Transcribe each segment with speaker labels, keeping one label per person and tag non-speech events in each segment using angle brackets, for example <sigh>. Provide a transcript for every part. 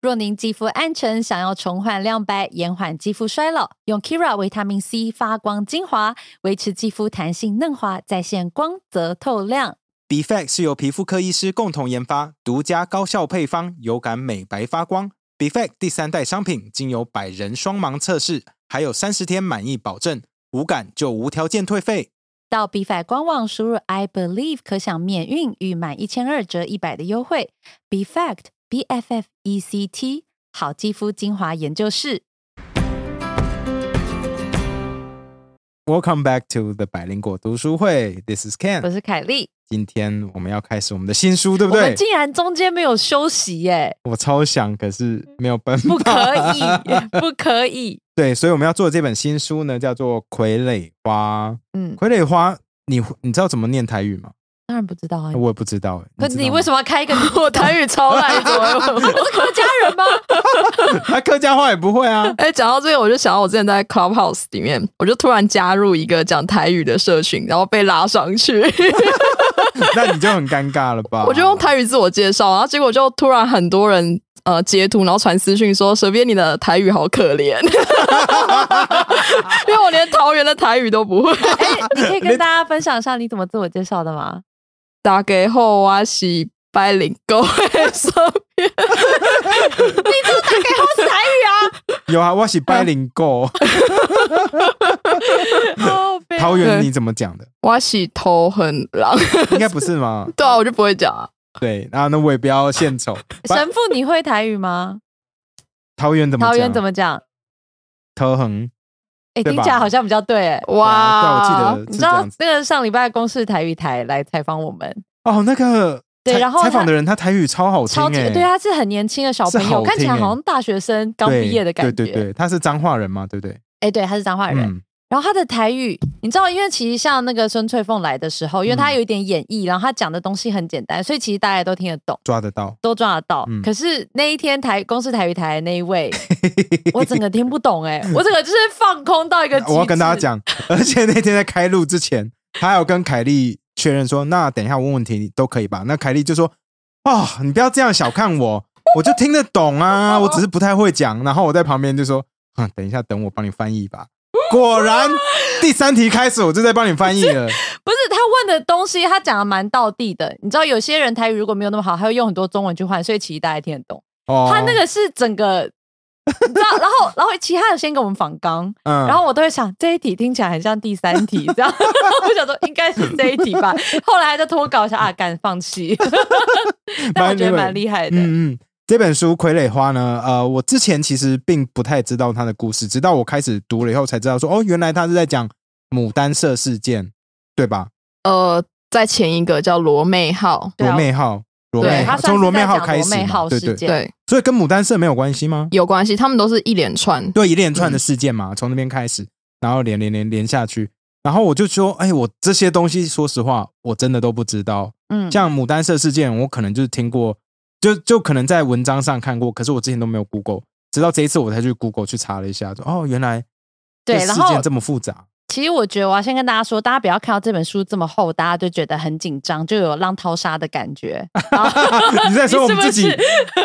Speaker 1: 若您肌肤暗沉，想要重焕亮白、延缓肌肤衰老，用 Kira 维他命 C 发光精华，维持肌肤弹性嫩滑，再现光泽透亮。
Speaker 2: b f a c t 是由皮肤科医师共同研发，独家高效配方，有感美白发光。b f a c t 第三代商品经由百人双盲测试，还有三十天满意保证，无感就无条件退费。
Speaker 1: 到 b 法官网输入 I believe 可享免运与满一千二折一百的优惠。b Fact B F F E C T 好肌肤精华研究室。
Speaker 2: Welcome back to the 百灵果读书会，This is
Speaker 1: 我
Speaker 2: Ken。
Speaker 1: 是凯莉，
Speaker 2: 今天我们要开始我们的新书，对不
Speaker 1: 我
Speaker 2: 对
Speaker 1: 们？竟然中间没有休息 <laughs> 耶，
Speaker 2: 我超想，可是没有办法。
Speaker 1: 不可以，不可以。
Speaker 2: 对，所以我们要做的这本新书呢，叫做《傀儡花》。
Speaker 1: 嗯，
Speaker 2: 傀儡花，你你知道怎么念台语吗？
Speaker 1: 当然不知道啊。
Speaker 2: 我也不知道欸。
Speaker 1: 可你为
Speaker 2: 么
Speaker 1: 什么要 <laughs> 开一个我台语超烂？怎么我哦是客家人吗？
Speaker 2: <laughs> 他客家话也不会啊？
Speaker 3: <laughs> 哎，讲到这个，我就想到我之前在 Clubhouse 里面，我就突然加入一个讲台语的社群，然后被拉上去，
Speaker 2: 啊 <laughs> 那你就很尴尬了吧？
Speaker 3: <laughs> 我就用台语自我介绍，然后结果就突然很多人呃截图，然后传私讯说：“随便你的台语好可怜。” <laughs> 因为我连桃园的台语都不会。
Speaker 1: 哎、你可以跟大家分享一下你怎么自我介绍的吗？
Speaker 3: 打给后啊，洗白领狗会说，
Speaker 2: <laughs> 有啊，我是拜灵狗。
Speaker 1: 嗯 <laughs>
Speaker 2: <laughs> 桃园你怎么讲的？
Speaker 3: 我洗头很狼。 <laughs>
Speaker 2: 应该不是吗？
Speaker 1: <laughs>
Speaker 3: 对啊，我就不会讲啊。
Speaker 2: 对，然后那我也不要献丑。拜
Speaker 1: 神父，你会台语吗？
Speaker 2: 桃园怎么讲？
Speaker 1: 桃园怎么讲？
Speaker 2: 头痕？
Speaker 1: 哎、
Speaker 2: 对
Speaker 1: 听
Speaker 2: 吧
Speaker 1: 起来好像比较对哎、
Speaker 2: 对啊
Speaker 3: 哇，
Speaker 2: 我记得
Speaker 1: 你
Speaker 2: 是
Speaker 1: 知
Speaker 2: 这
Speaker 1: 道
Speaker 2: 样子。
Speaker 1: 那个上礼拜公视台语台来采访我们，
Speaker 2: 哦，那个
Speaker 1: 对
Speaker 2: 采
Speaker 1: 然后
Speaker 2: 采访
Speaker 1: 他
Speaker 2: 的人他台语超好听
Speaker 1: 超级
Speaker 2: 哎，
Speaker 1: 对，他是很年轻的小朋
Speaker 2: 是好
Speaker 1: 友，
Speaker 2: 听
Speaker 1: 看起来
Speaker 2: 欸
Speaker 1: 好像大学生刚
Speaker 2: 对
Speaker 1: 毕业的感觉。
Speaker 2: 对对对，他是彰化人嘛，对不对？
Speaker 1: 哎、对，他是彰化人。
Speaker 2: 嗯，
Speaker 1: 然后他的台语，你知道，因为其实像那个孙翠凤来的时候，
Speaker 2: 嗯
Speaker 1: 因为他有一点演绎，然后他讲的东西很简单，所以其实大家都听得懂，
Speaker 2: 抓得到。
Speaker 1: 都抓得到。
Speaker 2: 嗯
Speaker 1: 可是那一天台公视台语台的那一
Speaker 2: <laughs>
Speaker 1: 位，我整个听不懂哎、我整个就是放空到一个极致。
Speaker 2: <laughs> 我要跟大家讲，而且那天在开录之前，他还有跟凯莉确认说，那等一下问问题都可以吧？那凯莉就说，哦，你不要这样小看我，我就听得懂啊，我只是不太会讲。然后我在旁边就说，哼，等一下，等我帮你翻译吧。果然，第三题开始我就在帮你翻译了。
Speaker 1: 不是他问的东西，他讲的蛮道地的。你知道，有些人台语如果没有那么好，他会用很多中文去换，所以其实大家听得懂。
Speaker 2: 哦，
Speaker 1: 他那，个是整个，你知道，然后然后其他的先给我们仿纲，
Speaker 2: 嗯
Speaker 1: 然后我都会想这一题听起来很像第三题，这样 <laughs> 我想说应该是这一题
Speaker 2: <laughs>
Speaker 1: 吧。后来就脱稿一下啊，敢放弃，但我觉得蛮厉害的。
Speaker 2: 嗯嗯，这本书《傀儡花》呢，呃，我之前其实并不太知道它的故事，直到我开始读了以后才知道说，哦，原来它是在讲牡丹社事件，对吧？
Speaker 3: 呃，在前一个叫罗妹号，
Speaker 1: 对啊
Speaker 2: 罗妹号，罗
Speaker 1: 对
Speaker 2: 妹
Speaker 1: 他
Speaker 2: 号，
Speaker 1: 算是
Speaker 2: 从罗妹号
Speaker 1: 在讲
Speaker 2: 开
Speaker 1: 罗
Speaker 2: 始
Speaker 1: 妹
Speaker 2: 嘛，
Speaker 1: 号
Speaker 2: 对
Speaker 1: 事
Speaker 2: 对，
Speaker 1: 件嗯
Speaker 3: 对，
Speaker 2: 所以跟牡丹社没有关系吗？
Speaker 3: 有关系，他们都是一连串。
Speaker 2: 对，一连串的事件嘛，从那边开始，然后连连连连下去。然后我就说，哎，我这些东西，说实话，我真的都不知道。
Speaker 1: 嗯，
Speaker 2: 像牡丹社事件，我可能就是听过，就就可能在文章上看过，可是我之前都没有 Google，直到这一次我才去 Google 去查了一下，说哦，原来
Speaker 1: 对
Speaker 2: 这
Speaker 1: 然
Speaker 2: 事
Speaker 1: 后
Speaker 2: 件这么复杂， <laughs>
Speaker 1: 其实我觉得我要先跟大家说，大家不要看到这本书这么厚，大家就觉得很紧张，就有浪淘沙的感
Speaker 2: <laughs>
Speaker 1: 觉。
Speaker 2: 你在说我们自己
Speaker 1: 你是不是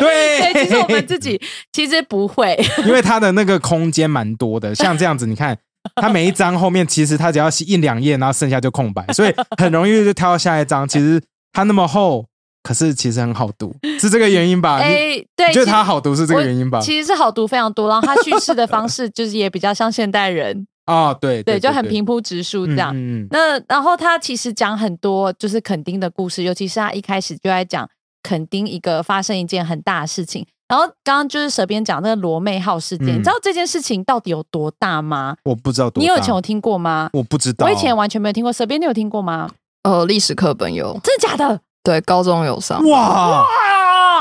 Speaker 1: <laughs>
Speaker 2: 对
Speaker 1: 对，其实我们自
Speaker 2: <laughs>
Speaker 1: 己其实不会。
Speaker 2: 因为它的那个空间蛮多的，像这样子，你看。它每一章后面其实它只要一两页，然后剩下就空白，所以很容易就跳到下一章。其实它那么厚，可是其实很好读，是这个原因吧？啊你
Speaker 1: 哎，对，
Speaker 2: 你觉得
Speaker 1: 其实
Speaker 2: 它好读是这个原因吧？
Speaker 1: 其实是好读非常多，然后他叙事的方式就是也比较像现代
Speaker 2: <laughs>
Speaker 1: 人，
Speaker 2: 哦，对
Speaker 1: 对，就很平铺直述这样。
Speaker 2: 嗯嗯嗯
Speaker 1: 那然后他其实讲很多就是垦丁的故事，尤其是他一开始就在讲垦丁一个发生一件很大的事情。然后刚刚就是蛇边讲那个罗妹号事件，
Speaker 2: 嗯
Speaker 1: 你知道这件事情到底有多大吗？
Speaker 2: 我不知道多
Speaker 1: 你有以
Speaker 2: 大
Speaker 1: 前有听过吗？
Speaker 2: 我不知道，
Speaker 1: 我以前完全没有听过，蛇边你有听过吗？
Speaker 3: 呃，历史课本有，
Speaker 1: 真的假的？
Speaker 3: 对，高中有上。
Speaker 2: 哇，
Speaker 1: 啊！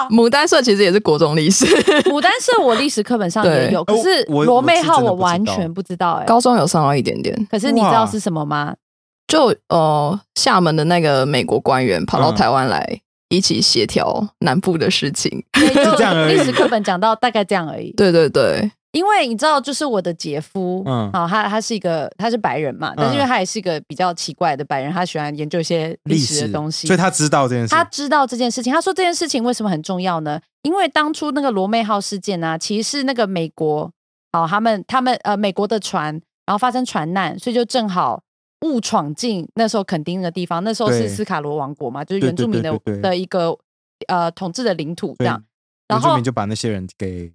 Speaker 3: 牡丹社其实也是国中历史， <laughs>
Speaker 1: 牡丹社我历史课本上也有，
Speaker 2: 对
Speaker 1: 可是
Speaker 2: 哦我
Speaker 1: 罗妹号
Speaker 2: 我是真的
Speaker 1: 我
Speaker 2: 不知道
Speaker 1: 完全不知道哎、
Speaker 3: 高中有上到一点点。
Speaker 1: 可是你
Speaker 2: 哇
Speaker 1: 知道是什么吗？
Speaker 3: 就呃，厦门的那个美国官员跑到
Speaker 2: 嗯
Speaker 3: 台湾来，一起协调南部的事情。 <laughs>
Speaker 1: 也就
Speaker 2: 这样而已
Speaker 1: 历史课本讲到大概这样而已。
Speaker 3: 对对对，
Speaker 1: 因为你知道，就是我的姐夫，
Speaker 2: 嗯
Speaker 1: 嗯，好、他他是一个他是白人嘛，但是因为他也是一个比较奇怪的白人，他喜欢研究一些历
Speaker 2: 历
Speaker 1: 史
Speaker 2: 史
Speaker 1: 的东西，
Speaker 2: 所以他知道这件事
Speaker 1: 他。知道这件事情，他说这件事情为什么很重要呢？因为当初那个罗妹号事件啊，其实是那个美国，好、他们他们呃美国的船，然后发生船难，所以就正好误闯进那时候垦丁那个地方，那时候
Speaker 2: 对
Speaker 1: 是斯卡罗王国嘛，就是
Speaker 2: 对
Speaker 1: 原住民的
Speaker 2: 对对对对
Speaker 1: 的一个呃统治的领土这
Speaker 2: 对
Speaker 1: 样。然
Speaker 2: 原住
Speaker 1: 后
Speaker 2: 民就把那些人给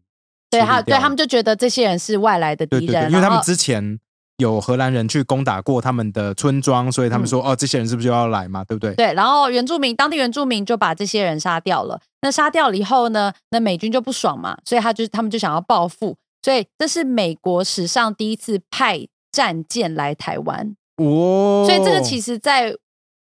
Speaker 1: 对
Speaker 2: 处理
Speaker 1: 他对
Speaker 2: 掉
Speaker 1: 他们就觉得这些人是外来的
Speaker 2: 对
Speaker 1: 敌
Speaker 2: 对对，
Speaker 1: 人，
Speaker 2: 因为他
Speaker 1: 然
Speaker 2: 们
Speaker 1: 后
Speaker 2: 之前有荷兰人去攻打过他们的村庄，所以他们说、哦，这些人是不是就要来嘛？对不对？
Speaker 1: 嗯对，然后原住民当地原住民就把这些人杀掉了。那杀掉了以后呢，那美军就不爽嘛，所以他就他们就想要报复，所以这是美国史上第一次派战舰来台湾，
Speaker 2: 哦，
Speaker 1: 所以这个其实在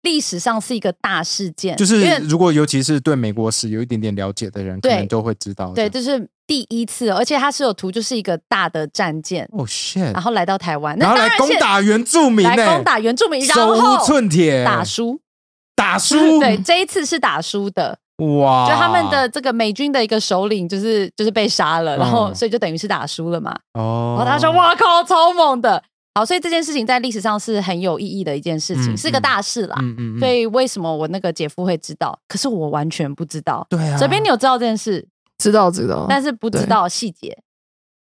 Speaker 1: 历史上是一个大事件，
Speaker 2: 哦就
Speaker 1: 因
Speaker 2: 是
Speaker 1: 为
Speaker 2: 如果尤其是对美国史有一点点了解的人，可
Speaker 1: 对
Speaker 2: 能都会知道这
Speaker 1: 对，
Speaker 2: 样。
Speaker 1: 这是第一次，而且它是有图，就是一个大的战舰，
Speaker 2: 哦 shit，
Speaker 1: 然后来到台湾，那
Speaker 2: 然后
Speaker 1: 当
Speaker 2: 来攻
Speaker 1: 现
Speaker 2: 打原住民、欸，
Speaker 1: 来攻打原住民，然
Speaker 2: 手无
Speaker 1: 后
Speaker 2: 寸铁，
Speaker 1: 打输， <laughs>
Speaker 2: 打输，
Speaker 1: 对，这一次是打输的。
Speaker 2: 哇，
Speaker 1: 就他们
Speaker 2: 哦
Speaker 1: 的这个美军的一个首领，就是就是被杀了，然后
Speaker 2: 嗯
Speaker 1: 所以就等于是打输了嘛。
Speaker 2: 哦，
Speaker 1: 然后他说：“哇靠，超猛的！”好，所以这件事情在历史上是很有意义的一件事情，
Speaker 2: 嗯
Speaker 1: 是个大事啦。
Speaker 2: 嗯嗯嗯，
Speaker 1: 所以为什么我那个姐夫会知道？可是我完全不知道。
Speaker 2: 对啊，哦
Speaker 1: 这边你有知道这件事，
Speaker 3: 知道知道，
Speaker 1: 但是不知道细节。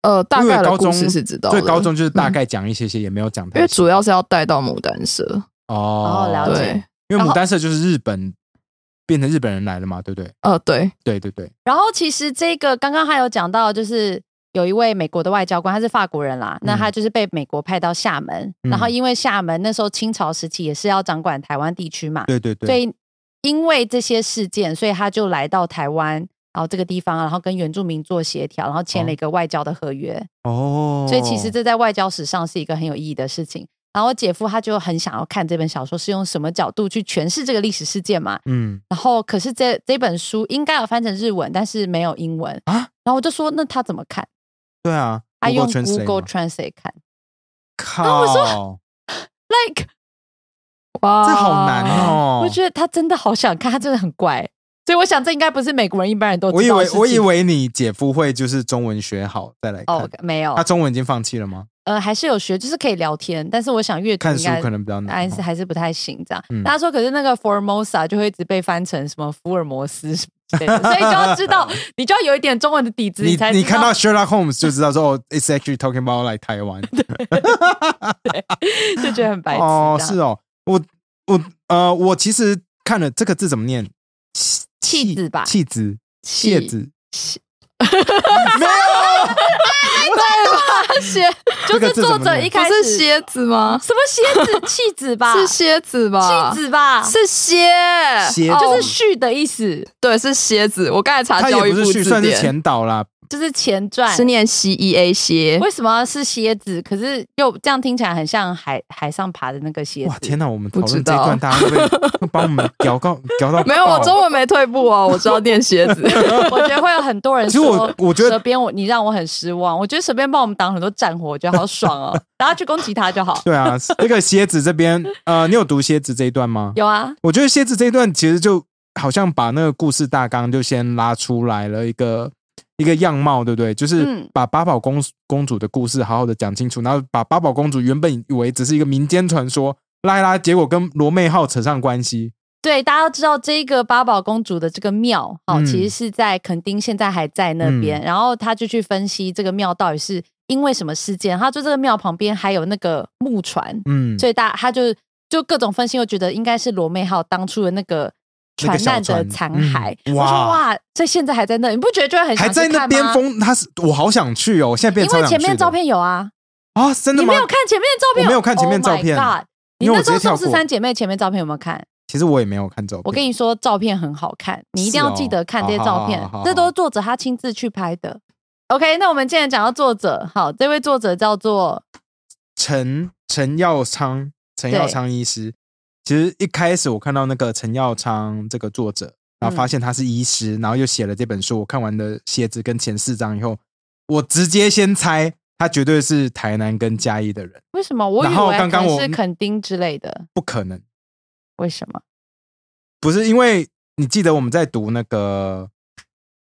Speaker 3: 呃，大
Speaker 2: 因为
Speaker 3: 概
Speaker 2: 高
Speaker 3: 的
Speaker 2: 中
Speaker 3: 故事是知道
Speaker 2: 对
Speaker 3: 的。
Speaker 2: 高中就是大概讲一些些，也没有讲
Speaker 3: 因
Speaker 2: 太
Speaker 3: 为
Speaker 2: 细
Speaker 3: 主要是要带到牡丹社，
Speaker 2: 哦
Speaker 1: 哦，了解
Speaker 3: 对，
Speaker 2: 因为
Speaker 1: 然
Speaker 2: 牡
Speaker 1: 后
Speaker 2: 丹社就是日本变成日本人来了嘛，对不对？
Speaker 3: 呃，对，
Speaker 2: 对对对，
Speaker 1: 然后其实这个刚刚还有讲到，就是有一位美国的外交官，他是法国人啦，那他就是被美国派到厦门，
Speaker 2: 嗯
Speaker 1: 然后因为厦门那时候清朝时期也是要掌管台湾地区嘛，
Speaker 2: 对对对，
Speaker 1: 所以因为这些事件，所以他就来到台湾，然后这个地方，然后跟原住民做协调，然后签了一个外交的合约。
Speaker 2: 哦，
Speaker 1: 所以其实这在外交史上是一个很有意义的事情。然后我姐夫他就很想要看这本小说是用什么角度去诠释这个历史事件嘛。
Speaker 2: 嗯
Speaker 1: 然后可是这这本书应该有翻成日文，但是没有英文
Speaker 2: 啊
Speaker 1: 然后我就说那他怎么看？
Speaker 2: 对啊，
Speaker 1: 他用
Speaker 2: Translate 嘛
Speaker 1: Google Translate 看
Speaker 2: 靠，我说
Speaker 1: ，like
Speaker 3: 哇，
Speaker 2: 这好难。哦，
Speaker 1: 我觉得他真的好想看，他真的很怪。所以我想这应该不是美国人一般人都
Speaker 2: 我
Speaker 1: 知
Speaker 2: 以
Speaker 1: 道的
Speaker 2: 为
Speaker 1: 事情。
Speaker 2: 我以为你姐夫会就是中文学好再来看
Speaker 1: 哦，没有
Speaker 2: 他，中文已经放弃了吗？
Speaker 1: 呃，还是有学，就是可以聊天，但是我想阅读
Speaker 2: 看
Speaker 1: 应
Speaker 2: 书
Speaker 1: 该
Speaker 2: 可能比较难
Speaker 1: 还是
Speaker 2: 哦。
Speaker 1: 还是不太行这样。
Speaker 2: 嗯
Speaker 1: 大家说，可是那个 Formosa 就会一直被翻成什么福尔摩斯什么之类
Speaker 2: <laughs>
Speaker 1: 的，所以就要知道，你就要有一点中文的底子，
Speaker 2: 你
Speaker 1: 才
Speaker 2: 你
Speaker 1: 知
Speaker 2: 看
Speaker 1: 道
Speaker 2: 到 Sherlock Holmes 就知道说哦，it's actually talking about like 台湾
Speaker 1: <laughs> 就觉得很白痴。
Speaker 2: 哦，
Speaker 1: 这样
Speaker 2: 是哦，我我呃，我其实看了这个字怎么念，气
Speaker 1: 气字吧
Speaker 2: 气字，
Speaker 1: 气
Speaker 2: 蟹子，
Speaker 1: 气
Speaker 2: <laughs> 没
Speaker 3: <laughs>
Speaker 2: 有啊
Speaker 3: 蝎
Speaker 2: 这
Speaker 1: 就
Speaker 2: 个
Speaker 1: 是
Speaker 2: 字
Speaker 1: 作
Speaker 2: 怎么
Speaker 1: 者一
Speaker 2: 念？
Speaker 1: <laughs>
Speaker 3: 不
Speaker 1: 开始
Speaker 3: 是蝎子吗？
Speaker 1: 什么蝎
Speaker 2: <laughs>
Speaker 1: 子气子吧，
Speaker 3: 是蝎子吧？
Speaker 1: 气子吧，
Speaker 3: 是蝎，
Speaker 2: 蝎
Speaker 3: 哦
Speaker 1: 就是序的意思，
Speaker 3: 对，是蝎子。我刚才查
Speaker 2: 它
Speaker 3: 教
Speaker 2: 也
Speaker 3: 育
Speaker 2: 不
Speaker 3: 部
Speaker 2: 是去
Speaker 3: 字
Speaker 2: 算是
Speaker 3: 典，
Speaker 2: 前导啦，
Speaker 1: 就是前传。
Speaker 3: 是念 C E A 蝎。
Speaker 1: 为什么是蝎子？可是又这样听起来很像海海上爬的那个蝎子。
Speaker 2: 哇天哪！我们讨
Speaker 3: 不
Speaker 2: 论
Speaker 3: 知
Speaker 2: 这一段，
Speaker 3: 道
Speaker 2: 大家会不
Speaker 3: <laughs>
Speaker 2: 会会帮我们屌到屌到
Speaker 3: 没有，
Speaker 2: 爆
Speaker 3: 我中文没退步哦，我知道念蝎子。
Speaker 2: <laughs>
Speaker 1: <laughs> 我觉得会有很多人
Speaker 2: 其实
Speaker 1: 说，
Speaker 2: 我我觉得
Speaker 1: 蛇边我你让我很失望。我觉得蛇边帮我们挡很多战火，我觉得好爽
Speaker 2: <laughs>
Speaker 1: 哦。大家去攻击他就好。
Speaker 2: 对啊，这个蝎子这边，呃，你有读蝎子这一段吗？
Speaker 1: 有啊，
Speaker 2: 我觉得蝎子这一段其实就好像把那个故事大纲就先拉出来了一个一个样貌，对不对？就是
Speaker 1: 嗯
Speaker 2: 把八宝公公主的故事好好的讲清楚，然后把八宝公主原本以为只是一个民间传说，拉一拉，结果跟罗妹号扯上关系。
Speaker 1: 对，大家要知道这个八宝公主的这个庙，哦，
Speaker 2: 嗯
Speaker 1: 其实是在垦丁，现在还在那边。然后他就去分析这个庙到底是因为什么事件。他说这个庙旁边还有那个木船，
Speaker 2: 嗯，
Speaker 1: 所以大他就就各种分析，又觉得应该是罗妹号当初的那个。
Speaker 2: 那个
Speaker 1: 船
Speaker 2: 小
Speaker 1: 难的
Speaker 2: 船
Speaker 1: 残
Speaker 2: 嗯
Speaker 1: 骸，我
Speaker 2: 哇
Speaker 1: 说哇，这现在还在那，你不觉得就会很想
Speaker 2: 还在
Speaker 1: 去
Speaker 2: 那
Speaker 1: 看
Speaker 2: 边
Speaker 1: 吗
Speaker 2: 封，他是我好想去哦，我现在变
Speaker 1: 因
Speaker 2: 超
Speaker 1: 为
Speaker 2: 想去
Speaker 1: 前面
Speaker 2: 的
Speaker 1: 照片有啊，
Speaker 2: 啊，真的
Speaker 1: 你
Speaker 2: 吗
Speaker 1: 没？有看前面照片？
Speaker 2: 我没有看前面照片
Speaker 1: Oh my God 你
Speaker 2: 因为我
Speaker 1: 那
Speaker 2: 直
Speaker 1: 时
Speaker 2: 接
Speaker 1: 候
Speaker 2: 跳过
Speaker 1: 宋氏三姐妹前面照片有没有看？
Speaker 2: 其实我也没有看照片。
Speaker 1: 我跟你说，照片很好看，你一定要记得看这些照片
Speaker 2: 好好好好好，
Speaker 1: 这都是作者他亲自去拍的。OK，那我们既然讲到作者，好，这位作者叫做
Speaker 2: 陈陈耀昌，陈耀昌医师。其实一开始我看到那个陈耀昌这个作者，然后发现他是医师，然后又写了这本书。我看完的《蝎子》跟前四章以后，我直接先猜他绝对是台南跟嘉义的人，
Speaker 1: 为什么？我以
Speaker 2: 然后
Speaker 1: 为
Speaker 2: 刚刚
Speaker 1: 可能
Speaker 2: 我
Speaker 1: 是垦丁之类的，
Speaker 2: 不可能。
Speaker 1: 为什
Speaker 2: 嗯
Speaker 1: 么？
Speaker 2: 不是因为你记得我们在读那个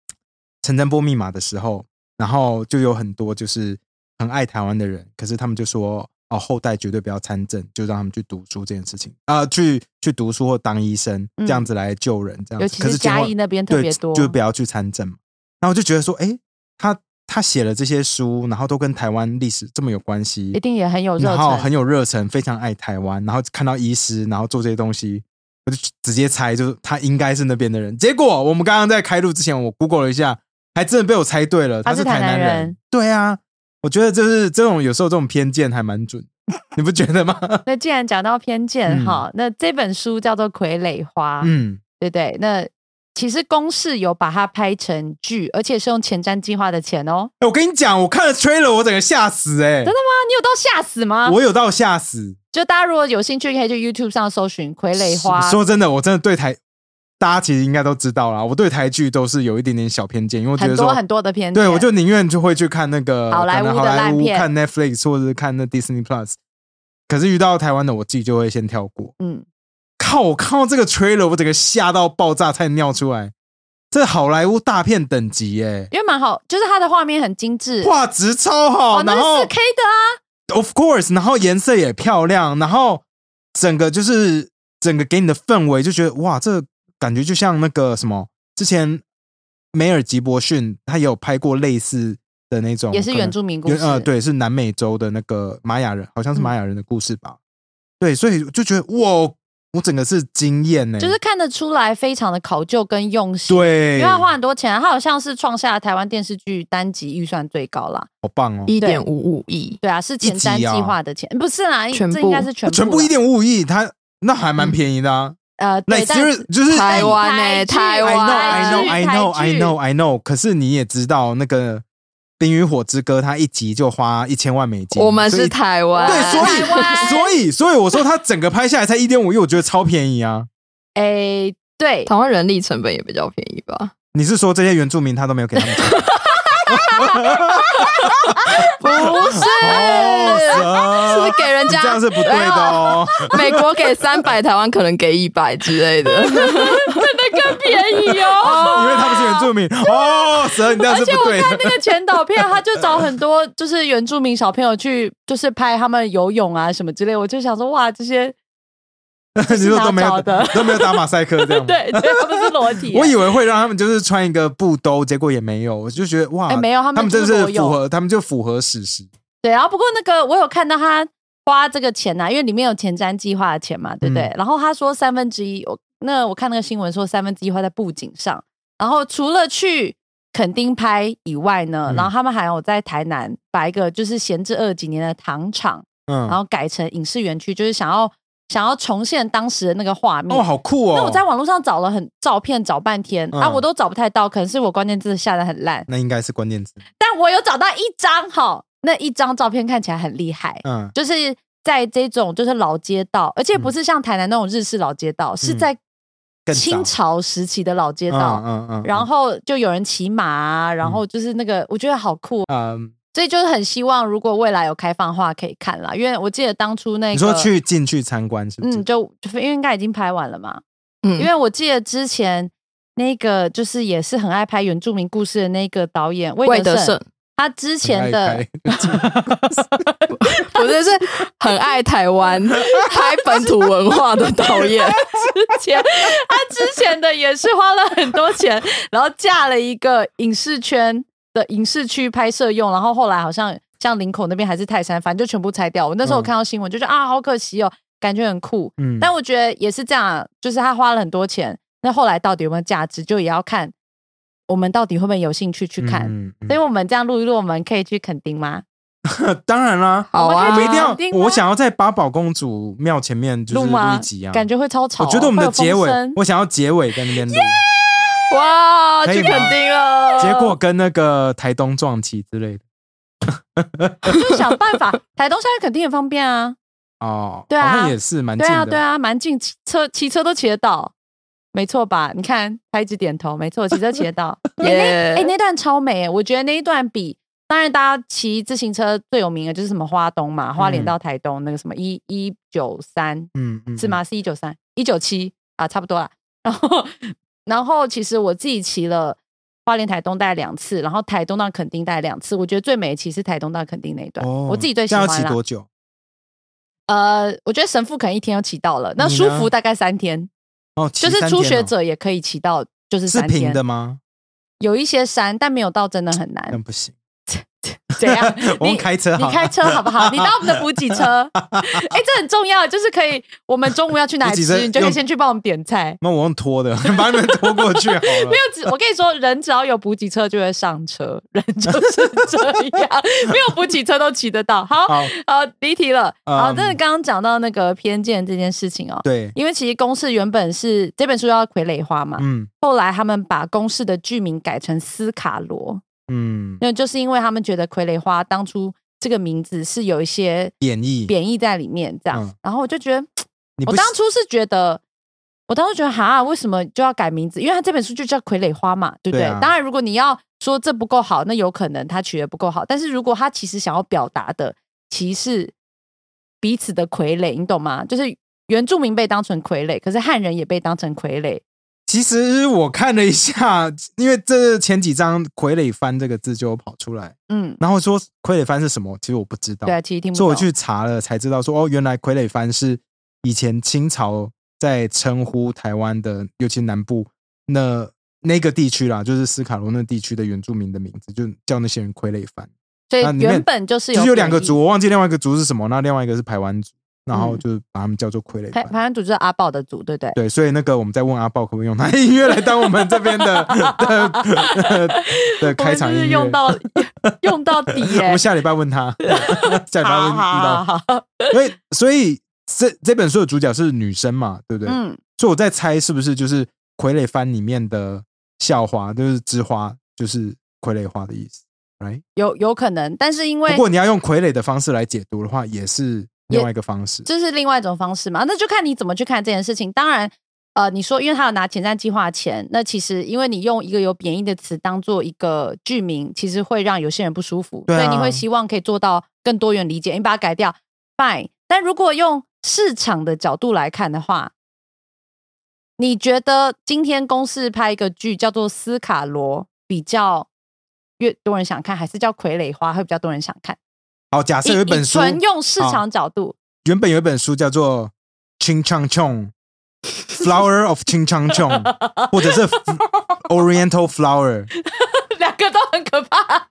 Speaker 2: 《陈真波密码》的时候，然后就有很多就是很爱台湾的人，可是他们就说哦，后代绝对不要参政，就让他们去读书这件事情啊、呃去去读书或当医生这样子来救人，这样
Speaker 1: 嗯
Speaker 2: 子。
Speaker 1: 尤其
Speaker 2: 可
Speaker 1: 是
Speaker 2: 是结
Speaker 1: 嘉
Speaker 2: 果
Speaker 1: 义那边特
Speaker 2: 对，
Speaker 1: 别多，
Speaker 2: 就不要去参政嘛。然后我就觉得说，哎，他他写了这些书，然后都跟台湾历史这么有关系，
Speaker 1: 一定也很有热
Speaker 2: 然后
Speaker 1: 忱，
Speaker 2: 嗯很有热忱，非常爱台湾，然后看到医师，然后做这些东西，我就直接猜，就是他应该是那边的人。结果我们刚刚在开录之前，我 Google 了一下，还真的被我猜对了，
Speaker 1: 他
Speaker 2: 是
Speaker 1: 是
Speaker 2: 台
Speaker 1: 台
Speaker 2: 南
Speaker 1: 南
Speaker 2: 人。
Speaker 1: 人
Speaker 2: 对啊，我觉得就是这种有时候这种偏见还蛮准， <laughs> 你不觉得吗？
Speaker 1: 那既然讲到偏见
Speaker 2: 嗯
Speaker 1: 哈、那这本书叫做《傀儡花》，
Speaker 2: 嗯，
Speaker 1: 对不对？那其实公视有把它拍成剧，而且是用前瞻计划的钱哦。
Speaker 2: 哎我跟你讲，我看了 trailer，我整个吓死哎、
Speaker 1: 真的吗？你有到吓死吗？
Speaker 2: 我有到吓死。
Speaker 1: 就大家如果有兴趣，可以去 YouTube 上搜寻《傀儡花》。
Speaker 2: 说真的，我真的对台，大家其实应该都知道啦，我对台剧都是有一点点小偏见，因为我觉
Speaker 1: 很
Speaker 2: 得
Speaker 1: 多
Speaker 2: 说
Speaker 1: 很多的偏见，
Speaker 2: 对，我就宁愿就会去看那个
Speaker 1: 好莱坞
Speaker 2: 可
Speaker 1: 的
Speaker 2: 能好莱
Speaker 1: 烂
Speaker 2: 坞
Speaker 1: 片
Speaker 2: 看 Netflix 或者是看那 Disney Plus。可是遇到台湾的，我自己就会先跳过。
Speaker 1: 嗯，
Speaker 2: 靠！我看到这个 trailer，我整个吓到爆炸，差点尿出来。这好莱坞大片等级耶、
Speaker 1: 因为蛮好，就是它的画面很精致，
Speaker 2: 画质超好，
Speaker 1: 哦，那
Speaker 2: 然
Speaker 1: 是
Speaker 2: 后
Speaker 1: 四 K 的啊，
Speaker 2: of course，然后颜色也漂亮，然后整个就是整个给你的氛围就觉得哇，这感觉就像那个什么，之前梅尔吉伯逊他也有拍过类似的那种，
Speaker 1: 也是
Speaker 2: 哦可能
Speaker 1: 原住民故
Speaker 2: 原
Speaker 1: 事，嗯
Speaker 2: 呃，，对，是南美洲的那个玛雅人，好像是玛雅人的故事吧？对，所以就觉得哇，我整个是惊艳呢、
Speaker 1: 就是看得出来非常的考究跟用心，
Speaker 2: 对，
Speaker 1: 因为他花很多钱啊，他好像是创下台湾电视剧单集预算最高啦。
Speaker 2: 好棒哦，
Speaker 3: 一点五五亿，
Speaker 1: 对啊，是前瞻
Speaker 2: 一集啊
Speaker 1: 计划的钱，不是啦，
Speaker 3: 全部
Speaker 1: 这应该是全部啦
Speaker 2: 全部一点五亿，它那还蛮便宜的啊。
Speaker 1: 呃，
Speaker 2: 那
Speaker 1: 对，但
Speaker 2: 就是就是
Speaker 3: 台湾
Speaker 1: 台
Speaker 3: 欸
Speaker 1: 剧
Speaker 3: 台
Speaker 2: I
Speaker 3: 湾
Speaker 1: 台
Speaker 2: know, I
Speaker 1: 剧
Speaker 2: know, I know,
Speaker 1: 台
Speaker 2: I
Speaker 1: 剧
Speaker 2: know, I know。可是你也知道，那个《冰与火之歌》，它一集就花一千万美金，
Speaker 3: 我们
Speaker 2: 所
Speaker 3: 是
Speaker 2: 以
Speaker 3: 台湾，
Speaker 2: 对，所
Speaker 1: 台湾
Speaker 2: 以所以所以我说它整个拍下来才一点五亿，我觉得超便宜啊！
Speaker 1: 哎，对，
Speaker 3: 台湾人力成本也比较便宜吧？
Speaker 2: 你是说这些原住民他都没有给他们钱？
Speaker 3: 不是，
Speaker 2: 哦，
Speaker 3: 是给人
Speaker 2: 你 <laughs>
Speaker 3: 家
Speaker 2: 这样是不对的哦。
Speaker 3: 美国给三百，台湾可能给一百之类的，
Speaker 1: 更便宜 <laughs> 哦，
Speaker 2: 因为他们是原住民哦，蛇，你这样是
Speaker 1: 而且
Speaker 2: 不
Speaker 1: 我
Speaker 2: 对
Speaker 1: 看
Speaker 2: 的。
Speaker 1: 那个前导片，他就找很多就是原住民小朋友去，就是拍他们游泳啊什么之类，我就想说哇，这些
Speaker 2: <laughs> 你说都没
Speaker 1: 是哪找
Speaker 2: 有
Speaker 1: 的
Speaker 2: 都没有打马赛克这样吗？
Speaker 1: <laughs> 对，对，他们是裸体啊耶、
Speaker 2: 我以为会让他们就是穿一个布兜，结果也没有，我就觉得哇，
Speaker 1: 哎没有他们
Speaker 2: 他们真
Speaker 1: 就是
Speaker 2: 的
Speaker 1: 裸
Speaker 2: 是
Speaker 1: 泳啊
Speaker 2: 符合，他们就符合史实。
Speaker 1: 对，然后不过那个我有看到他花这个钱呐、啊因为里面有前瞻计划的钱嘛，对不对？
Speaker 2: 嗯
Speaker 1: 然后他说三分之一，我那我看那个新闻说三分之一花在布景上，然后除了去垦丁拍以外呢，
Speaker 2: 嗯
Speaker 1: 然后他们还有在台南把一个就是闲置二十几年的糖厂，
Speaker 2: 嗯，
Speaker 1: 然后改成影视园区，就是想要想要重现当时的那个画面。
Speaker 2: 哦，好酷哦！
Speaker 1: 那我在网络上找了很照片，找半天、啊，
Speaker 2: 嗯
Speaker 1: 我都找不太到，可能是我关键字下的很烂，
Speaker 2: 那应该是关键词，
Speaker 1: 但我有找到一张哈，那一张照片看起来很厉害，
Speaker 2: 嗯，
Speaker 1: 就是在这种就是老街道，而且不是像台南那种日式老街道，是在
Speaker 2: 嗯更早
Speaker 1: 清朝时期的老街
Speaker 2: 嗯
Speaker 1: 道。
Speaker 2: 嗯嗯，
Speaker 1: 然后就有人骑马、啊，然后就是那个，我觉得好酷，哦
Speaker 2: 嗯，
Speaker 1: 所以就是很希望如果未来有开放的话可以看啦，因为我记得当初那个
Speaker 2: 你说去进去参观是不是
Speaker 1: 嗯，？就就因为应该已经拍完了嘛。
Speaker 3: 嗯，
Speaker 1: 因为我记得之前那个就是也是很爱拍原住民故事的那个导演
Speaker 3: 魏
Speaker 1: 魏
Speaker 3: 德
Speaker 1: 德
Speaker 3: 胜
Speaker 1: 胜，他之前
Speaker 2: 很爱
Speaker 1: 的
Speaker 2: 拍
Speaker 3: 我真的是很爱台湾拍本土文化的导演，
Speaker 1: 之前， <laughs> 他之前的也是花了很多钱， <laughs> 然后架了一个影视圈的影视区拍摄用，然后后来好像像林口那边还是泰山，反正就全部拆掉。我那时候
Speaker 2: 嗯
Speaker 1: 看到新闻，就觉得啊，好可惜哦，感觉很酷，
Speaker 2: 嗯，
Speaker 1: 但我觉得也是这样啊，就是他花了很多钱，那后来到底有没有价值，就也要看我们到底会不会有兴趣去看。
Speaker 2: 嗯嗯
Speaker 1: 所以我们这样录一录，我们可以去垦丁吗？
Speaker 2: 嗯当然啦，
Speaker 3: 好
Speaker 1: 我们
Speaker 3: 啊
Speaker 1: 可
Speaker 2: 我
Speaker 1: 以
Speaker 2: 一定
Speaker 1: 肯
Speaker 2: 要
Speaker 1: 定，吗
Speaker 2: 我想要在八宝公主庙前面就
Speaker 1: 录
Speaker 2: 是录
Speaker 1: 吗
Speaker 2: 一集啊，
Speaker 1: 感觉会超吵
Speaker 2: 我
Speaker 1: 哦。
Speaker 2: 觉得我们的
Speaker 1: 会有
Speaker 2: 结尾
Speaker 1: 风声，
Speaker 2: 我想要结尾在那边录，
Speaker 3: 哇，
Speaker 2: 可以
Speaker 3: 去
Speaker 2: 吗
Speaker 3: 垦丁
Speaker 1: 哦啊
Speaker 3: 了，
Speaker 2: 结果跟那个台东撞期之类的
Speaker 1: 就想办法。台东下去垦丁很方便啊，
Speaker 2: 哦，
Speaker 1: 对啊
Speaker 2: 好像也是蛮
Speaker 1: 对
Speaker 2: 近
Speaker 1: 啊，
Speaker 2: 的，
Speaker 1: 对啊，蛮近，骑车骑车都骑得到，没错吧？你看，他一直点头，没错，骑车骑得
Speaker 2: <laughs>
Speaker 1: 到。
Speaker 3: 耶
Speaker 1: 哎、那段超美、欸，我觉得那一段比当然大家骑自行车最有名的就是什么花东嘛，花莲
Speaker 2: 嗯
Speaker 1: 到台东那个什么一一九三
Speaker 2: 嗯，嗯嗯，
Speaker 1: 是吗？是一九 <laughs> 三一九七啊，差不多啦。然后然后其实我自己骑了花莲、台东带两次，然后台东到垦丁带两次。我觉得最美的其实台东到垦丁那一段，
Speaker 2: 哦，
Speaker 1: 我自己最喜
Speaker 2: 这
Speaker 1: 欢
Speaker 2: 样要骑
Speaker 1: 啦。
Speaker 2: 多久？
Speaker 1: 呃，我觉得神父可能一天就骑到了，那
Speaker 2: 你
Speaker 1: 舒
Speaker 2: 呢
Speaker 1: 服大概三天，
Speaker 2: 哦，骑
Speaker 1: 就是
Speaker 2: 三
Speaker 1: 初
Speaker 2: 天
Speaker 1: 学
Speaker 2: 哦
Speaker 1: 者也可以骑到，就是
Speaker 2: 是
Speaker 1: 三
Speaker 2: 平
Speaker 1: 天
Speaker 2: 的吗？
Speaker 1: 有一些山，但没有到真的很
Speaker 2: 那
Speaker 1: 难。
Speaker 2: 不行，？
Speaker 1: 怎样
Speaker 2: <laughs> 我
Speaker 1: 你
Speaker 2: 们开车好
Speaker 1: 你
Speaker 2: 了，
Speaker 1: 开车好不好？你当我们的补
Speaker 2: <laughs>
Speaker 1: 给车，哎，这很重要，就是可以，我们中午要去哪
Speaker 2: 补
Speaker 1: 里
Speaker 2: 给车
Speaker 1: 吃，你就可以
Speaker 2: 用
Speaker 1: 先去帮我们点菜。
Speaker 2: 那我用拖的， <laughs> 把你们拖过去好了。
Speaker 1: <laughs> 没有只，我跟你说，人只要有补给车就会上车，人就是这样，没有补给车都骑得到。好，
Speaker 2: 好，
Speaker 1: 呃，离题了。好，
Speaker 2: 嗯
Speaker 1: 真的刚刚讲到那个偏见这件事情哦，
Speaker 2: 对，
Speaker 1: 因为其实公式原本是这本书叫《傀儡花》嘛，
Speaker 2: 嗯
Speaker 1: 后来他们把公式的剧名改成斯卡罗，
Speaker 2: 嗯，
Speaker 1: 那就是因为他们觉得傀儡花当初这个名字是有一些
Speaker 2: 演绎，
Speaker 1: 贬义在里面，这样。
Speaker 2: 嗯
Speaker 1: 然后我就觉得，
Speaker 2: 你不
Speaker 1: 我当初是觉得，我当初觉得哈，为什么就要改名字？因为他这本书就叫《傀儡花》嘛，对不对？
Speaker 2: 对啊
Speaker 1: 当然，如果你要说这不够好，那有可能他取得不够好。但是如果他其实想要表达的，其实是彼此的傀儡，你懂吗？就是原住民被当成傀儡，可是汉人也被当成傀儡。
Speaker 2: 其实我看了一下，因为这前几章“傀儡番”这个字就跑出来，
Speaker 1: 嗯，
Speaker 2: 然后说“傀儡番”是什么，其实我不知道
Speaker 1: 对，啊，其实听不
Speaker 2: 所以
Speaker 1: 懂。
Speaker 2: 我去查了才知道说，哦，原来“傀儡番”是以前清朝在称呼台湾的，尤其南部那那个地区啦，就是斯卡罗那地区的原住民的名字，就叫那些人“傀儡番”。
Speaker 1: 所以
Speaker 2: 啊里面
Speaker 1: 原本就是有
Speaker 2: 就是有两个
Speaker 1: 贬义
Speaker 2: 族，我忘记另外一个族是什么，那另外一个是排湾族，然后
Speaker 1: 嗯
Speaker 2: 就把他们叫做傀儡
Speaker 1: 排
Speaker 2: 番。
Speaker 1: 排湾组就是阿豹的组，对不对？
Speaker 2: 对，所以那个我们在问阿豹可不可以用他的音乐来当我们这
Speaker 1: <laughs>
Speaker 2: 边的的的的
Speaker 1: 我
Speaker 2: 开
Speaker 1: 们
Speaker 2: 场
Speaker 1: 就是
Speaker 2: 音乐。
Speaker 1: 用
Speaker 2: <laughs>
Speaker 1: 到用到底耶、
Speaker 2: 我们下礼拜
Speaker 1: <laughs>
Speaker 2: 问他，下礼拜问
Speaker 1: 好
Speaker 2: 遇
Speaker 1: 好好
Speaker 2: 到。
Speaker 1: 好好，
Speaker 2: 所以所以这这本书的主角是女生嘛，对不对？
Speaker 1: 嗯，
Speaker 2: 所以我在猜是不是就是《傀儡番》里面的校花，就是之花，就是傀儡花的意思，right？
Speaker 1: 有有可能，但是因
Speaker 2: 不
Speaker 1: 为
Speaker 2: 过你要用傀儡的方式来解读的话，也是另
Speaker 1: 也
Speaker 2: 外一个方式。
Speaker 1: 这是另外一种方式嘛，那就看你怎么去看这件事情。当然，呃，你说因为他有拿前瞻计划钱，那其实因为你用一个有贬义的词当做一个剧名，其实会让有些人不舒服，
Speaker 2: 对啊
Speaker 1: 所以你会希望可以做到更多元理解，你把它改掉，fine。但如果用市场的角度来看的话，你觉得今天公司拍一个剧叫做《斯卡罗》，比较越多人想看，还是叫《傀儡花》会比较多人想看？
Speaker 2: 好，假设
Speaker 1: 以
Speaker 2: 有一本
Speaker 1: 以
Speaker 2: 书，啊
Speaker 1: 纯用市
Speaker 2: 好
Speaker 1: 场角度， <laughs>
Speaker 2: 原本有一本书叫做《Ching Chang Chong Flower of Ching Chang
Speaker 1: <laughs>
Speaker 2: Chong》，或者是 Oriental Flower，
Speaker 1: 两个都很可怕。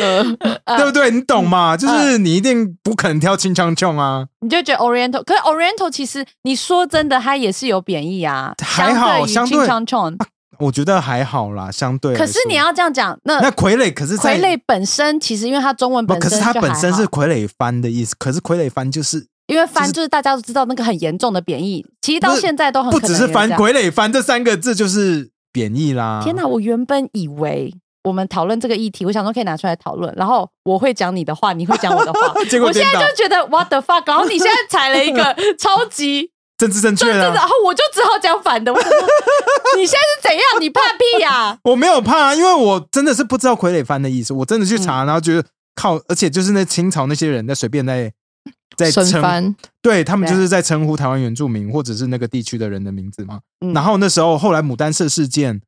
Speaker 3: 呃，
Speaker 1: 啊
Speaker 2: 对不对？你懂
Speaker 1: 嗯
Speaker 2: 吗？就是你一定不可能挑 Ching Chang Chong 啊，
Speaker 1: 你就觉得 Oriental，可是 Oriental 其实你说真的，它也是有贬义啊，
Speaker 2: 还好
Speaker 1: 相
Speaker 2: 相对
Speaker 1: 于 Ching Chong
Speaker 2: 我觉得还好啦，相对来
Speaker 1: 可
Speaker 2: 说。
Speaker 1: 是你要这样讲，那
Speaker 2: 那傀儡，可是在
Speaker 1: 傀儡本身其实因为它中文
Speaker 2: 不，
Speaker 1: 本
Speaker 2: 可
Speaker 1: 身
Speaker 2: 是它
Speaker 1: 就
Speaker 2: 本
Speaker 1: 还
Speaker 2: 身
Speaker 1: 好
Speaker 2: 是傀儡番的意思，可是傀儡番就是
Speaker 1: 因为翻就是大家都知道那个很严重的贬义，其实到
Speaker 2: 不是
Speaker 1: 现在都很
Speaker 2: 不
Speaker 1: 哦可
Speaker 2: 只
Speaker 1: 能
Speaker 2: 是
Speaker 1: 有
Speaker 2: 番
Speaker 1: 这样
Speaker 2: 傀儡番这三个字就是贬义啦。
Speaker 1: 天哪！，我原本以为我们讨论这个议题，我想说可以拿出来讨论，然后我会讲你的话，你会讲我的话
Speaker 2: <laughs> 。结果
Speaker 1: 我现
Speaker 2: 颠
Speaker 1: 在
Speaker 2: 倒
Speaker 1: 就觉得 what the fuck，然后你现在踩了一
Speaker 2: <laughs>
Speaker 1: 个超级
Speaker 2: 政治正确
Speaker 1: 对对，
Speaker 2: 啦
Speaker 1: 然。后我就只好讲反的。我想说你现在是怎样？你怕屁呀、
Speaker 2: 我没有怕、啊，因为我真的是不知道傀儡番的意思，我真的去查，然后觉得靠，而且就是那清朝那些人在随便在在
Speaker 3: 神
Speaker 2: 称，
Speaker 3: 番
Speaker 2: 对他们
Speaker 1: 对
Speaker 2: 就是在称呼台湾原住民或者是那个地区的人的名字嘛。
Speaker 1: 嗯
Speaker 2: 然后那时候后来牡丹社事件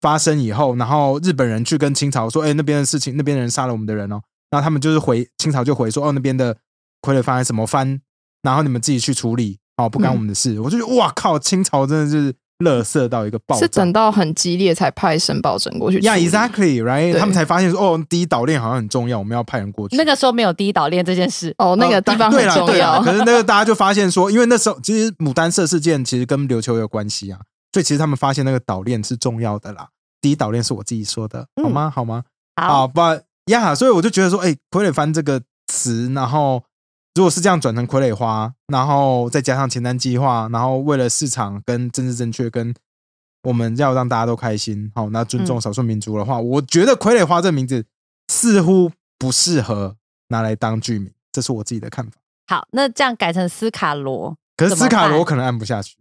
Speaker 2: 发生以后，然后日本人去跟清朝说，哎、那边的事情，那边的人杀了我们的人哦，然后他们就是回清朝就回说，哦，那边的傀儡番还是什么番，然后你们自己去处理，哦，不干我们的事。我就觉得哇靠，清朝真的是乐色到一个爆炸，
Speaker 3: 是等到很激烈才派申报整过去处理。
Speaker 2: Yeah, exactly, right？
Speaker 3: 对
Speaker 2: 他们才发现说，哦，第一岛链好像很重要，我们要派人过去。
Speaker 1: 那个时候没有第一岛链这件事，
Speaker 3: 哦，那个
Speaker 2: 哦
Speaker 3: 地方
Speaker 2: 对
Speaker 3: 很
Speaker 2: 啦
Speaker 3: 重
Speaker 2: 对啦
Speaker 3: 要。
Speaker 2: 可是那个大家就发现说，因为那时候其实牡丹社事件其实跟琉球有关系啊，所以其实他们发现那个岛链是重要的啦。第一岛链是我自己说的，
Speaker 1: 嗯
Speaker 2: 好吗？好吗？
Speaker 1: 好
Speaker 2: 啊，不呀，所以我就觉得说，哎、傀儡番这个词，然后如果是这样转成傀儡花，然后再加上前瞻计划，然后为了市场跟政治正确跟我们要让大家都开心，好，那尊重
Speaker 1: 嗯
Speaker 2: 少数民族的话，我觉得傀儡花这个名字似乎不适合拿来当剧名，这是我自己的看法。
Speaker 1: 好，那这样改成斯卡罗，
Speaker 2: 可是
Speaker 1: 怎么
Speaker 2: 斯卡罗
Speaker 1: 办
Speaker 2: 我可能按不下去，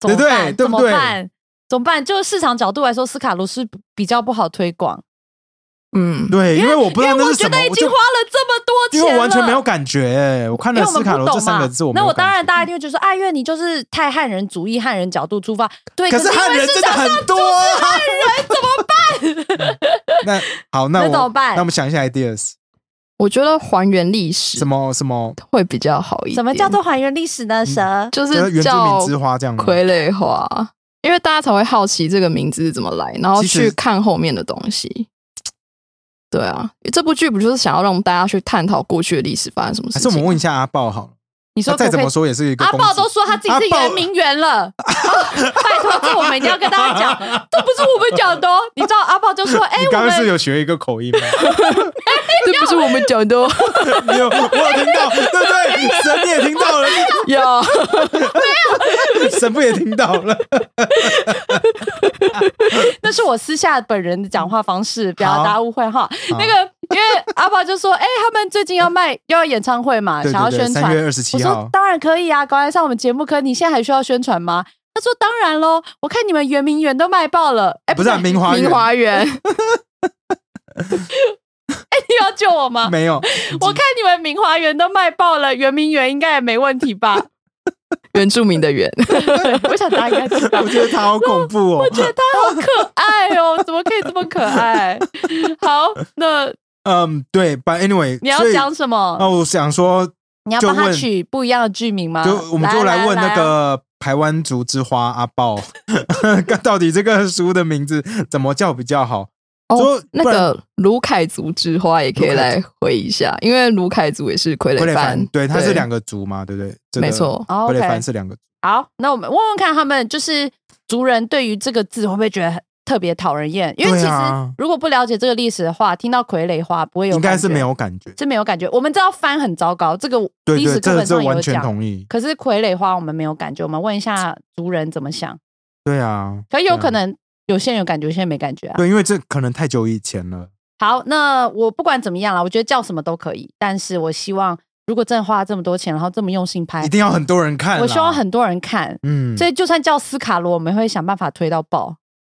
Speaker 1: 怎么
Speaker 2: 对对
Speaker 1: 办？
Speaker 2: 对
Speaker 1: 怎
Speaker 2: 不
Speaker 1: 么
Speaker 2: 对
Speaker 1: 办？怎么办？就是市场角度来说，斯卡罗是比较不好推广，
Speaker 3: 嗯，
Speaker 2: 对，因为我不知道
Speaker 1: 因为
Speaker 2: 那
Speaker 1: 我
Speaker 2: 是
Speaker 1: 觉
Speaker 2: 什么，
Speaker 1: 得已
Speaker 2: 我
Speaker 1: 经
Speaker 2: 就
Speaker 1: 花了这么多钱
Speaker 2: 因
Speaker 1: 了，
Speaker 2: 为我完全没有感觉、哎我看
Speaker 1: 因
Speaker 2: 了
Speaker 1: 为我
Speaker 2: 斯
Speaker 1: 们
Speaker 2: 卡
Speaker 1: 不
Speaker 2: 罗这
Speaker 1: 懂
Speaker 2: 三
Speaker 1: 嘛
Speaker 2: 个字，我，没
Speaker 1: 那
Speaker 2: 有
Speaker 1: 我当
Speaker 2: 感
Speaker 1: 然
Speaker 2: 觉嗯
Speaker 1: 大家一定会觉得说，哎，因为你就是太汉人主义、汉人角度出发，对，
Speaker 2: 可
Speaker 1: 可
Speaker 2: 是
Speaker 1: 因
Speaker 2: 汉
Speaker 1: 为
Speaker 2: 人
Speaker 1: 市
Speaker 2: 真的
Speaker 1: 场上
Speaker 2: 很多、啊。
Speaker 1: 汉人怎么办？ <laughs>
Speaker 2: 那好，那
Speaker 1: 那
Speaker 2: 我
Speaker 1: 怎么办
Speaker 2: 那我们想一下 ideas，
Speaker 3: 我觉得还原历史
Speaker 2: 什么什么
Speaker 3: 会比较好一点。
Speaker 1: 什么叫做还原历史
Speaker 2: 嗯
Speaker 1: 呢？蛇
Speaker 2: 就
Speaker 3: 就
Speaker 2: 是
Speaker 3: 是
Speaker 2: 原住
Speaker 3: 叫
Speaker 2: 民之花这样吗？
Speaker 3: 傀儡花？因为大家才会好奇这个名字是怎么来，然后
Speaker 2: 其实
Speaker 3: 去看后面的东西。对啊，这部剧不就是想要让大家去探讨过去的历史发生什么事
Speaker 2: 还
Speaker 3: 情？
Speaker 2: 是我们问一下阿豹好了，
Speaker 1: 你
Speaker 2: 他
Speaker 1: 说
Speaker 2: 啊再
Speaker 1: 可不
Speaker 2: 怎
Speaker 1: 可以
Speaker 2: 么说也是一个
Speaker 1: 阿
Speaker 2: 公
Speaker 1: 豹
Speaker 2: 子
Speaker 1: 都说他自己是
Speaker 2: 阿
Speaker 1: 圆
Speaker 2: 豹
Speaker 1: 明园了，
Speaker 2: <laughs>
Speaker 1: 拜托，这我们一定要跟大家讲，这不是我们讲的哦。你知道阿豹就说：“哎、
Speaker 2: 你
Speaker 1: 我
Speaker 2: 刚刚是
Speaker 1: 们
Speaker 2: 有学一个口音吗？ <laughs>
Speaker 3: 这不是我们讲的哦，
Speaker 2: 你有，我有听到，对不对？神你也听到了，
Speaker 3: 呀，
Speaker 2: 神不也听到
Speaker 1: <laughs>
Speaker 2: 了？
Speaker 1: 那是我私下本人的讲话方式，不要
Speaker 2: 好
Speaker 1: 大家误会哈。
Speaker 2: 嗯
Speaker 1: 那个，因为阿豹就说：‘哎、他们最近要卖要演唱会嘛，
Speaker 2: 对
Speaker 1: 啊想要
Speaker 2: 对对，
Speaker 1: 宣传。’
Speaker 2: 三月二十
Speaker 1: 我
Speaker 2: 七
Speaker 1: 说
Speaker 2: 号：‘，
Speaker 1: 当然可以啊，赶来上我们节目。可你现在还需要宣传吗？”他说：“当然喽，我看你们圆明园都卖爆了。哎，
Speaker 2: 不是啊明华园
Speaker 3: 明华园，
Speaker 1: 你要救我吗？
Speaker 2: 没有， <laughs>
Speaker 1: 我看你们明华园都卖爆了，圆明园应该也没问题吧？
Speaker 2: <laughs>
Speaker 3: 原住民的原，
Speaker 1: 我想大家应该知道。
Speaker 2: 我觉得他好
Speaker 1: <laughs>
Speaker 2: 恐怖哦。
Speaker 1: 觉得他好可爱哦，怎么可以这么可爱？好，那
Speaker 2: 嗯，对，But anyway，
Speaker 1: 你要
Speaker 2: 所以
Speaker 1: 讲什么？
Speaker 2: 哦，我想说，
Speaker 1: 你要
Speaker 2: 就
Speaker 1: 帮他
Speaker 2: 问
Speaker 1: 取不一样的剧名吗？
Speaker 2: 就我们就来问那
Speaker 1: 呃来啊
Speaker 2: 个台湾族之花阿豹， <laughs> 到底这个书的名字怎么叫比较好？
Speaker 3: 哦
Speaker 2: 说，
Speaker 3: 那
Speaker 2: 不然
Speaker 3: 个卢凯族之花也可以来回忆一下，因为卢凯族也是傀
Speaker 2: 傀
Speaker 3: 儡
Speaker 2: 儡
Speaker 3: 番
Speaker 2: 番，，对，它
Speaker 3: 他
Speaker 2: 是两个族嘛，对不对？这个
Speaker 3: 没错
Speaker 1: 哦
Speaker 2: 傀儡
Speaker 1: ，OK
Speaker 2: 番是两个族。
Speaker 1: 好，那我们问问看他们就是族人对于这个字会不会觉得很特别讨人厌？因为
Speaker 2: 对
Speaker 1: 其实
Speaker 2: 啊
Speaker 1: 如果不了解这个历史的话，听到傀儡话不会有，
Speaker 2: 应该是没，有感觉，
Speaker 1: 是没有感觉。我们知道翻很糟糕，这个
Speaker 2: 对
Speaker 1: 历史课
Speaker 2: 对，这
Speaker 1: 本
Speaker 2: 这
Speaker 1: 上有
Speaker 2: 完全
Speaker 1: 讲。
Speaker 2: 同意，
Speaker 1: 可是傀儡话我们没有感觉，我们问一下族人怎么想。
Speaker 2: 对啊，
Speaker 1: 可有
Speaker 2: 对啊
Speaker 1: 可能有些人有感觉，有些人没感觉啊。
Speaker 2: 对，因为这可能太久以前了，
Speaker 1: 好，那我不管怎么样啦，我觉得叫什么都可以，但是我希望如果真的花了这么多钱，然后这么用心拍
Speaker 2: 一，定要很多人看啦，
Speaker 1: 哎我希望很多人看，
Speaker 2: 嗯，
Speaker 1: 所以就算叫斯卡罗，我们会想办法推到爆，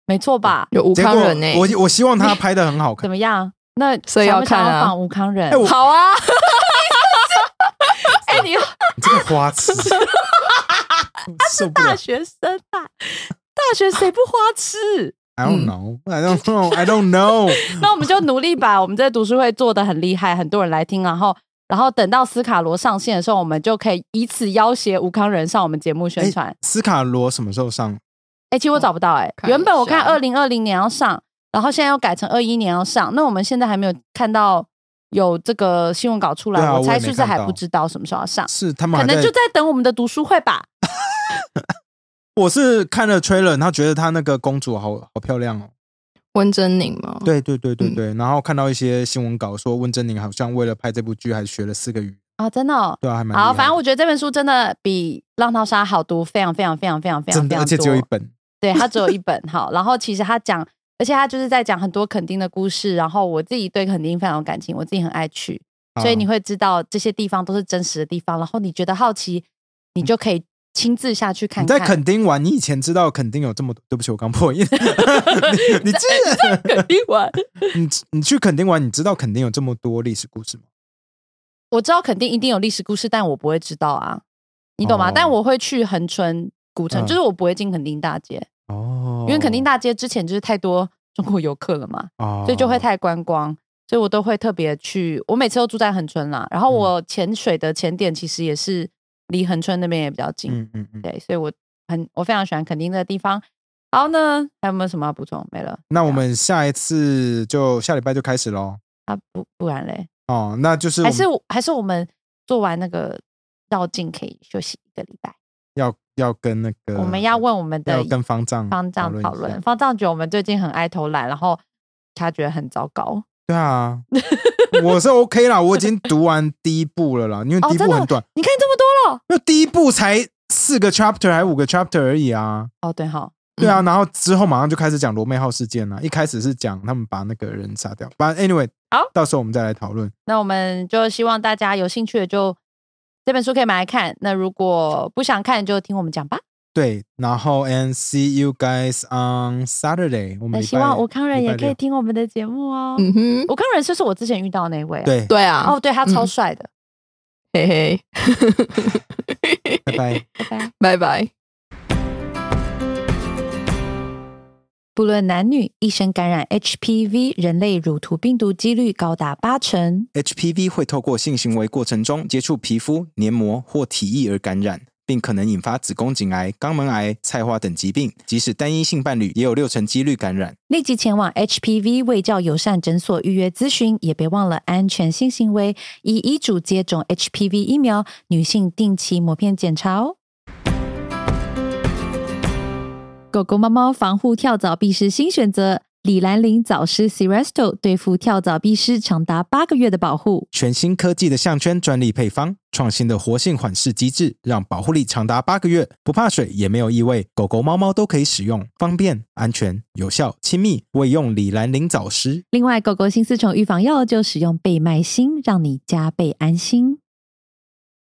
Speaker 1: 没错吧？
Speaker 3: 有吴
Speaker 2: 结果
Speaker 3: 康人呢，
Speaker 1: 欸
Speaker 3: 欸
Speaker 2: 我我希望他拍的很嗯好
Speaker 1: <laughs>
Speaker 2: 看
Speaker 1: 怎，么样？那
Speaker 3: 所以
Speaker 1: 想
Speaker 3: 要
Speaker 1: 不想
Speaker 3: 看啊
Speaker 1: 仿吴康人
Speaker 2: 哎，我
Speaker 3: 好啊，
Speaker 1: <laughs> 哎，你
Speaker 2: <laughs> 你这个
Speaker 1: <laughs>
Speaker 2: 花痴，他是
Speaker 1: 大学生啊，大学谁不花
Speaker 2: <laughs>
Speaker 1: 痴？
Speaker 2: I don't know,
Speaker 1: 嗯
Speaker 2: I don't know, I don't know。
Speaker 1: 那我们就努力把我们这读书会做的很厉害，很多人来听，然后。然后等到斯卡罗上线的时候，我们就可以以此要挟吴康人上我们节目宣传。
Speaker 2: 哎斯卡罗什么时候上？
Speaker 1: 哎、
Speaker 2: 哦
Speaker 1: 其实我找不到哎、
Speaker 3: 看一
Speaker 1: 原本我看
Speaker 3: 下
Speaker 1: 二零二零年要上，然后现在又改成二一年要上，那我们现在还没有看到有这个新闻稿出来，
Speaker 2: 对啊
Speaker 1: 我
Speaker 2: 我
Speaker 1: 猜
Speaker 2: 也
Speaker 1: 是
Speaker 2: 没
Speaker 1: 不是还
Speaker 2: 看到
Speaker 1: 不知道什么时候要上？
Speaker 2: 是他
Speaker 1: 可
Speaker 2: 们还
Speaker 1: 能
Speaker 2: 在
Speaker 1: 就在等我们的读书会吧。
Speaker 2: 我是看了 trailer，然后觉得她那个公主好好漂亮哦。
Speaker 3: 温真宁嘛，
Speaker 1: 哦
Speaker 2: 对对对对
Speaker 1: 嗯
Speaker 2: 对，然后看到一些新闻稿说温真菱好像为了拍这部剧还学了四个语，
Speaker 1: 啊，真的、哦。
Speaker 2: 对啊，还蛮厉害的
Speaker 1: 好，反正我觉得这本书真的比《浪淘沙》好读，非常非常非常非常非常
Speaker 2: 真
Speaker 1: 非
Speaker 2: 的，
Speaker 1: 常
Speaker 2: 而且只有
Speaker 1: 多
Speaker 2: 一本，
Speaker 1: 对，它只有一本。好，然后其实它讲，而且它就是在讲很多垦丁的故事。然后我自己对垦丁非常有感情，我自己很爱去。所以你
Speaker 2: 会
Speaker 1: 会知道这些地方都是真实的地方，然后你觉得好奇，你就可以亲自下去看
Speaker 2: 嗯你
Speaker 1: 看。
Speaker 2: 在垦丁玩，你以前知道垦丁有这么多？对不起，我
Speaker 1: <laughs>
Speaker 2: 刚破音。你 <laughs> 你记得
Speaker 1: 肯定玩，
Speaker 2: 你你去垦丁玩，你知道垦丁有这么多历史故事吗？
Speaker 1: <laughs> 我知道肯定一定有历史故事，但我不会知道啊，你懂吗？
Speaker 2: 哦
Speaker 1: 但我会去恒春古城，
Speaker 2: 嗯
Speaker 1: 就是我不会进垦丁大街，
Speaker 2: 哦
Speaker 1: 因为垦丁大街之前就是太多中国游客了嘛，
Speaker 2: 哦，
Speaker 1: 所以就会太观光。所以我都会特别去，我每次都住在恒春啦。然后
Speaker 2: 嗯
Speaker 1: 我潜水的潜点其实也是离恒春那边也比较近，
Speaker 2: 嗯嗯嗯。
Speaker 1: 对，所以我很我非常喜欢垦丁这个地方。好呢，还有没有什么要补充？没了。
Speaker 2: 那我们下一次就下礼拜就开始喽。
Speaker 1: 啊，不不然嘞，
Speaker 2: 哦，那就是我
Speaker 1: 还
Speaker 2: 们
Speaker 1: 是我还是我们做完那个绕境可以休息一个礼拜。
Speaker 2: 要要跟那个
Speaker 1: 我们要问我们的
Speaker 2: 呃要跟方丈
Speaker 1: 方丈
Speaker 2: 一
Speaker 1: 讨
Speaker 2: 下
Speaker 1: 论，。方丈觉得我们最近很爱偷懒，然后他觉得很糟糕。
Speaker 2: 对啊，我是 OK 啦，我已经读完第一部了啦，因为
Speaker 1: 哦
Speaker 2: 第一
Speaker 1: 真
Speaker 2: 部
Speaker 1: 的
Speaker 2: 很短，
Speaker 1: 你看这么多了，
Speaker 2: 因为第一部才四个 chapter 还五个 chapter 而已啊。
Speaker 1: 哦对哈，
Speaker 2: 对啊，然后之后马上就开始讲罗妹号事件了。一开始是讲他们把那个人杀掉，反正 anyway，
Speaker 1: 好，
Speaker 2: 到时候我们再来讨论。
Speaker 1: 那我们就希望大家有兴趣的就这本书可以买来看。那如果不想看，就听我们讲吧。
Speaker 2: 对，然后 and see you guys on Saturday。我们
Speaker 1: 那
Speaker 2: 礼
Speaker 1: 希
Speaker 2: 拜
Speaker 1: 望吴康仁
Speaker 2: 礼拜
Speaker 1: 也可以
Speaker 2: 六
Speaker 1: 听我们的节目哦。
Speaker 3: 嗯哼，
Speaker 1: 吴康仁就是我之前遇到那位啊、
Speaker 2: 对，
Speaker 3: 对啊
Speaker 1: 哦，，对他超
Speaker 3: 嗯
Speaker 1: 帅的，
Speaker 3: 嘿嘿，
Speaker 1: <laughs>
Speaker 2: 拜拜。
Speaker 1: 拜拜。
Speaker 3: 拜拜。
Speaker 1: <laughs> 不论男女，一生感染 HPV 人类乳突病毒几率高达八成。
Speaker 2: HPV 会透过性行为过程中接触皮肤、黏膜或体液而感染，并可能引发子宫颈癌、肛门癌、菜花等疾病。即使单一性伴侣，也有六成几率感染。
Speaker 1: 立即前往 HPV 卫教友善诊所预约咨询，也别忘了安全性行为，以医嘱接种 HPV 疫苗，女性定期膜片检查哦。狗狗、猫猫防护跳蚤、蜱虱新选择，李兰林早湿 c i r e s t o 对付跳蚤、蜱虱长达八个月的保护。
Speaker 2: 全新科技的项圈专利配方，创新的活性缓释机制，让保护力长达八个月，不怕水也没有异味，狗狗、猫猫都可以使用，方便、安全、有效、亲密。未用李兰林早湿。
Speaker 1: 另外，狗狗新丝虫预防药就使用倍麦星，让你加倍安心。